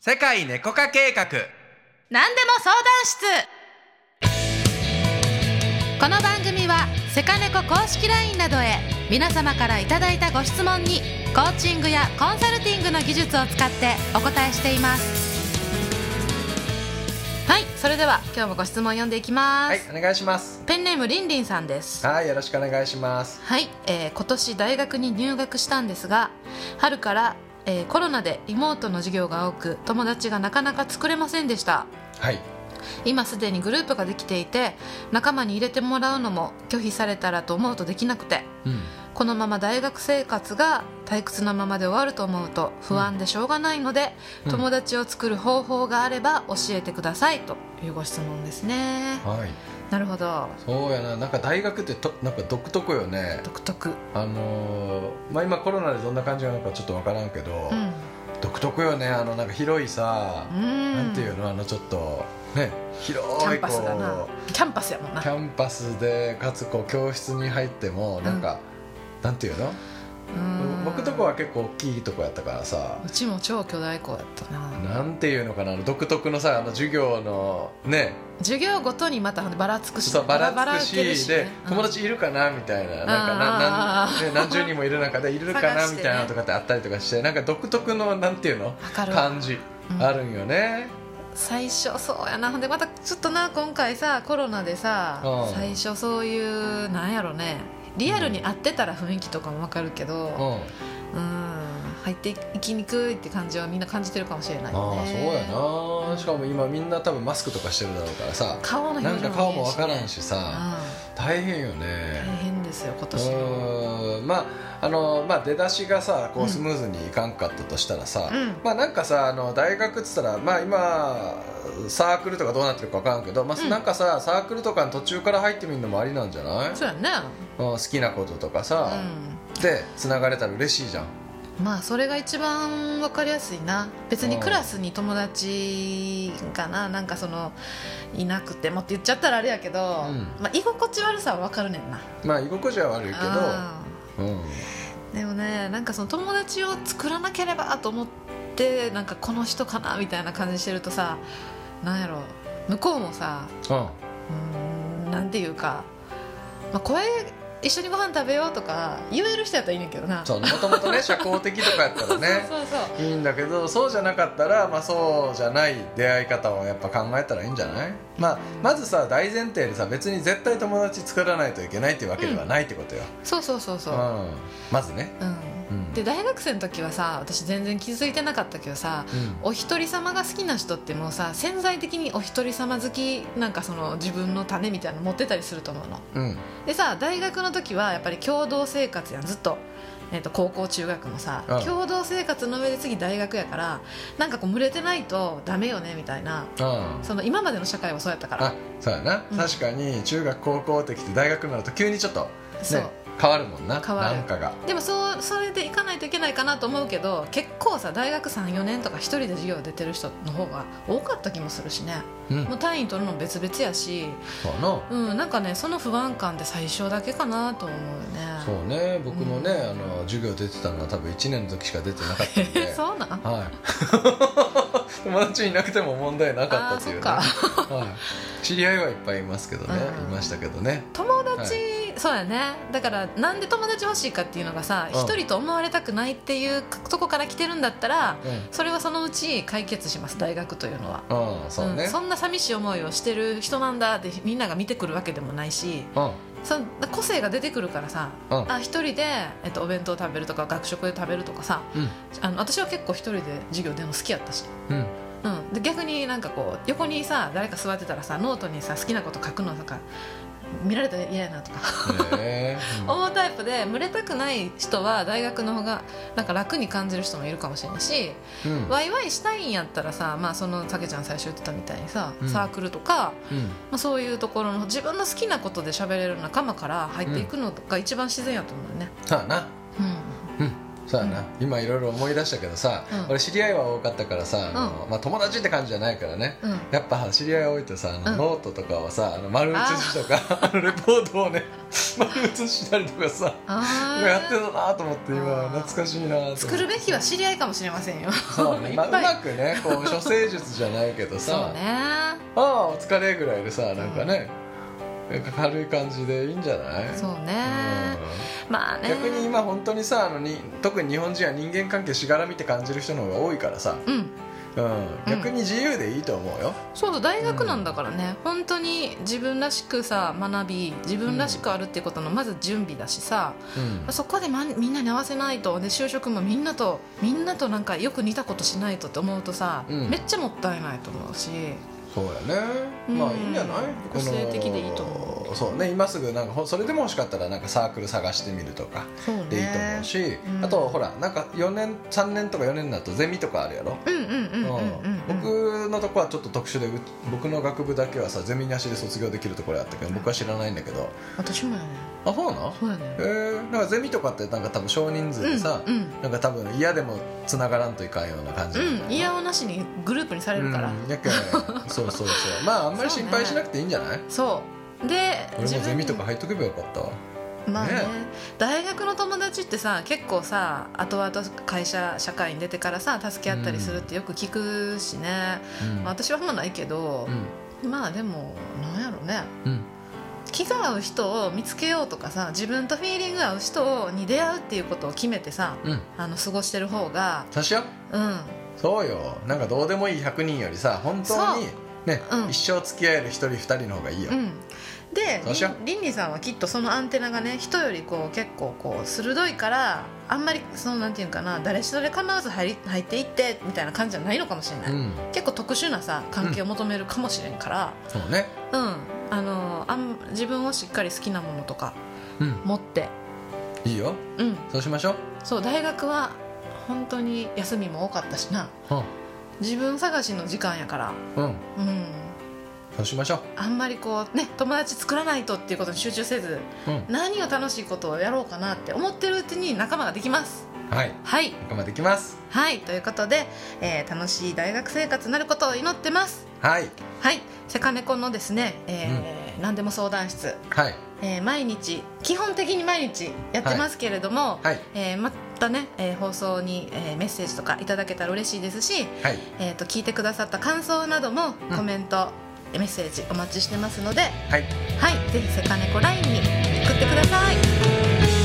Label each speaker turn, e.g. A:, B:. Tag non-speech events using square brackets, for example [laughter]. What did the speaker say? A: 世界猫化計画
B: 何でも相談室この番組はセカネコ公式 LINE などへ皆様からいただいたご質問にコーチングやコンサルティングの技術を使ってお答えしていますはいそれでは今日もご質問読んでいきます、
A: はいお願いします
B: ペンネームりんりんさんです
A: はいよろしくお願いします
B: はい、えー今年大学に入学したんですが春から、えーコロナでリモートの授業が多く友達がなかなか作れませんでした
A: はい
B: 今すでにグループができていて仲間に入れてもらうのも拒否されたらと思うとできなくて
A: うん
B: このまま大学生活が退屈なままで終わると思うと不安でしょうがないので、
A: うん
B: 友達を作る方法があれば教えてくださいというご質問ですね
A: はい
B: なるほど
A: そうやななんか大学ってとなんか独特よね
B: 独特
A: あのーまあ今コロナでどんな感じなのかちょっとわからんけど、
B: うん
A: 独特よねあのなんか広いさ、
B: うん
A: なんていうのあのちょっとね広い
B: キャンパスだな
A: こ
B: キャンパスやもん
A: う
B: な
A: キャンパスでかつこう教室に入ってもなんか、なんていうの
B: うん
A: 僕とこは結構大きいとこやったからさ
B: うちも超巨大校やったな
A: なんていうのかなあの独特のさあの授業のね
B: 授業ごとにまたばらつくし
A: そうばらつ
B: 受け
A: く
B: る
A: し
B: ね
A: で
B: うん
A: 友達いるかなみたいななんかな
B: あー
A: なんね何十人もいる中でいるか
B: 探
A: な
B: して
A: み
B: ね
A: たいなのとかってあったりとかしてなんか独特のなんていうの
B: わかるわ
A: 感じ
B: うん
A: あるんよね
B: 最初そうやなほんでまたちょっとな今回さコロナでさ
A: うん
B: 最初そういうなんやろねリアルに会ってたら雰囲気とかもわかるけ
A: うん
B: どうん入っていきにくいって感じはみんな感じてるかもしれないね
A: ああそうやなしかも今みんな多分マスクとかしてるだろうからさ
B: 顔の表情
A: なんか顔もわからんし
B: 見える
A: さ
B: しね
A: 大変よ
B: うん
A: ね
B: 大変ですよ今年は
A: うーんまああのまあ出だしがさこ
B: う
A: うんスムーズにいかんかったとしたらさ、
B: うん
A: まあなんかさあの大学っつったらまあ今サークルとかどうなってるか分からんけど、まあ
B: うん
A: なんかさサークルとかの途中から入ってみるのもありなんじゃない、うん
B: そうやね
A: 好きなこととか
B: う
A: さ、
B: ん
A: でつながれたら嬉しいじゃん
B: まあそれが一番わかりやすいな別
A: う
B: に
A: ん
B: クラスに友達かななんかそのいなくてもって言っちゃったらあれやけど、
A: ん
B: まあ、居心地悪さはわかるねんな
A: まあ居心地は悪いけど、うん、
B: うんでもねなんかその友達を作らなければと思ってなんかこの人かなみたいな感じしてるとさなんやろ向こうもさ
A: うん、
B: うーんなんていうか、まあ、声一緒にご飯食べようとか言える人やったらいいねんけどな
A: そうもともとね社交的とかやったらね
B: そう [laughs] そうそう
A: いいんだけどそうじゃなかったら、まあ、そうじゃない出会い方をやっぱ考えたらいいんじゃない、まあ、まずさ大前提でさ別に絶対友達作らないといけないっていうわけではないってことよ、
B: そうそうそうそううん
A: まずね、
B: うん
A: うん
B: で大学生の時はさ私全然気づいてなかったけどさ
A: うん
B: お一人様が好きな人ってもうさ潜在的にお一人様好きなんかその自分の種みたいなの持ってたりすると思うの
A: うん
B: でさ大学の時はやっぱり共同生活やんずっと,、えー、と高校中学もさ、
A: うん
B: 共同生活の上で次大学やからなんかこう群れてないとダメよねみたいな
A: うん
B: その今までの社会はそうやったから
A: あそうやな、
B: うん
A: 確かに中学高校ってきて大学になると急にちょっと、ね、
B: そう
A: 変わるもんな
B: 変わる
A: なんかが
B: でもそうそれでいかないといけないかなと思うけど結構さ大学34年とか一人で授業出てる人の方が多かった気もするしね
A: うん
B: もう単位取るの別々やし、
A: そうの
B: うん、なんかねその不安感って最初だけかなと思うよね
A: そうね僕もね、
B: うん
A: あの授業出てたのは多分1年の時しか出てなかったんで
B: え [laughs] そうなん
A: はい [laughs] 友達いなくても問題なかったっていうね、
B: あー
A: はい、知り合いはいっぱいいますけどね、
B: うん
A: いましたけどね
B: 友達、
A: は
B: そうやねだからなんで友達欲しいかっていうのがさ
A: うん
B: 一人と思われたくないっていうとこから来てるんだったら
A: うん
B: それはそのうち解決します大学というのは。
A: うんそうね
B: ん、そんな寂しい思いをしてる人なんだってみんなが見てくるわけでもないし
A: うん
B: その個性が出てくるからさ、
A: うん
B: あ一人で、えっと、お弁当食べるとか学食で食べるとかさ
A: うん
B: あの私は結構一人で授業でも好きやったし、
A: うん
B: うん、で逆になんかこう横にさ誰か座ってたらさノートにさ好きなこと書くのとか見られたら嫌やなと
A: ね
B: か
A: え
B: 思うタイプで群れたくない人は大学の方がなんか楽に感じる人もいるかもしれないし、
A: うんうん
B: ワイワイしたいんやったらさ、まあ、そのたけちゃん最初言ってたみたいにさ、
A: うん
B: サークルとか、
A: うん
B: まあ、そういうところの自分の好きなことで喋れる仲間から入っていくのが一番自然やと思うね。
A: そうやな
B: うん
A: うんそうやな今いろいろ思い出したけどさ、
B: うん
A: 俺知り合いは多かったからさ、あのまあ、友達って感じじゃないからね、
B: うん
A: やっぱ知り合い多いとさあの
B: うん
A: ノートとかはさあの丸写しとか [laughs] あのレポートをね丸写したりとかさ
B: あー
A: やってたなと思って今
B: あー
A: 懐かしいなと思って
B: 作るべきは知り合いかもしれませんよ
A: そう
B: い
A: ね
B: っ
A: ま
B: ぱ
A: あ、
B: いう
A: まくねこ
B: [laughs]
A: う処世術じゃないけど
B: そ
A: さ、
B: うね
A: ああお疲れぐらいでさなんかね、なんか軽い感じでいいんじゃない
B: そう
A: うん
B: ねまあね
A: 逆に今本当にさあのに特に日本人は人間関係しがらみって感じる人の方が多いからさ、
B: うん
A: うん、逆に自由でいいと思うよ、
B: そうだ大学なんだからね、本当に自分らしくさ学び自分らしくあるってことのまず準備だしさ、
A: うん
B: そこで、ま、みんなに合わせないとで就職もみんなとみんなとなんかよく似たことしないとって思うとさ、
A: うん
B: めっちゃもったいないと思うし
A: そうやね、
B: うん
A: まあいいんじゃない
B: 個性的でいいと思
A: このそうね今すぐなんかほそれでも欲しかったらなんかサークル探してみるとか
B: そうね
A: でいいと思うし、
B: うん
A: あとほらなんか4年3年とか4年になるとゼミとかあるやろ、
B: うんうんうんうんうんうん
A: 僕のとこはちょっと特殊でう僕の学部だけはさゼミなしで卒業できるところやったけど僕は知らないんだけど
B: 私もやね
A: あそうなの
B: そうやね
A: えー、なんかゼミとかってなんか多分少人数
B: う
A: で
B: ん
A: さ、
B: うん
A: なんか多分嫌でもつながらんといかんような感じなんだよ
B: うん嫌をなしにグループにされるから、
A: うんやけんそう
B: [laughs]
A: そうそうまああんまり心配しなくていいんじゃない、
B: そうで
A: 俺もゼミと
B: に
A: か入っとけばよかったわ
B: まあね
A: ね
B: 大学の友達ってさ結構さ後々会社社会に出てからさ助け合ったりするってよく聞くしね、
A: うん
B: まあ私はあんまないけど、まあでもなんやろね
A: うんうん
B: 気が合う人を見つけようとかさ自分とフィーリング合う人に出会うっていうことを決めてさ
A: うん
B: あの過ごしてる方が
A: 確か
B: うん
A: そうよなんかどうでもいい100人よりさ本当にね、
B: うん
A: 一生付き合える1人2人の方がいいよ、
B: うんで
A: そうしよ
B: りんりんさんはきっとそのアンテナがね人よりこう結構こう鋭いからあんまりそのなんていうかな誰しもで構わず入り入っていってみたいな感じじゃないのかもしれない、
A: うん
B: 結構特殊なさ関係を求めるかもしれんから、
A: そうね
B: うんあのあん自分をしっかり好きなものとか
A: うん
B: 持って、
A: いいよ
B: うん、
A: そうしましょう
B: そう大学は本当に休みも多かったしな自分探しの時間やから、
A: うん、うん、
B: うん、
A: そうしましょ
B: あんまりこうね友達作らないとっていうことに集中せず
A: うう
B: 何を楽しいことをやろうかなって思ってるうちに仲間ができます
A: んはい
B: はい
A: 仲間できます
B: はいということで、えー楽しい大学生活になることを祈ってます
A: はい
B: はいセカネコのですね、えー何でも相談室
A: はい
B: えー毎日基本的に毎日やってますけれども、
A: はい
B: えーまたね、えー放送に、えーメッセージとかいただけたら嬉しいですし、
A: はい
B: えー、と聞いてくださった感想なども
A: うん
B: コメント、メッセージお待ちしてますので、
A: はい
B: はい、ぜひセカネコ LINE に送ってください。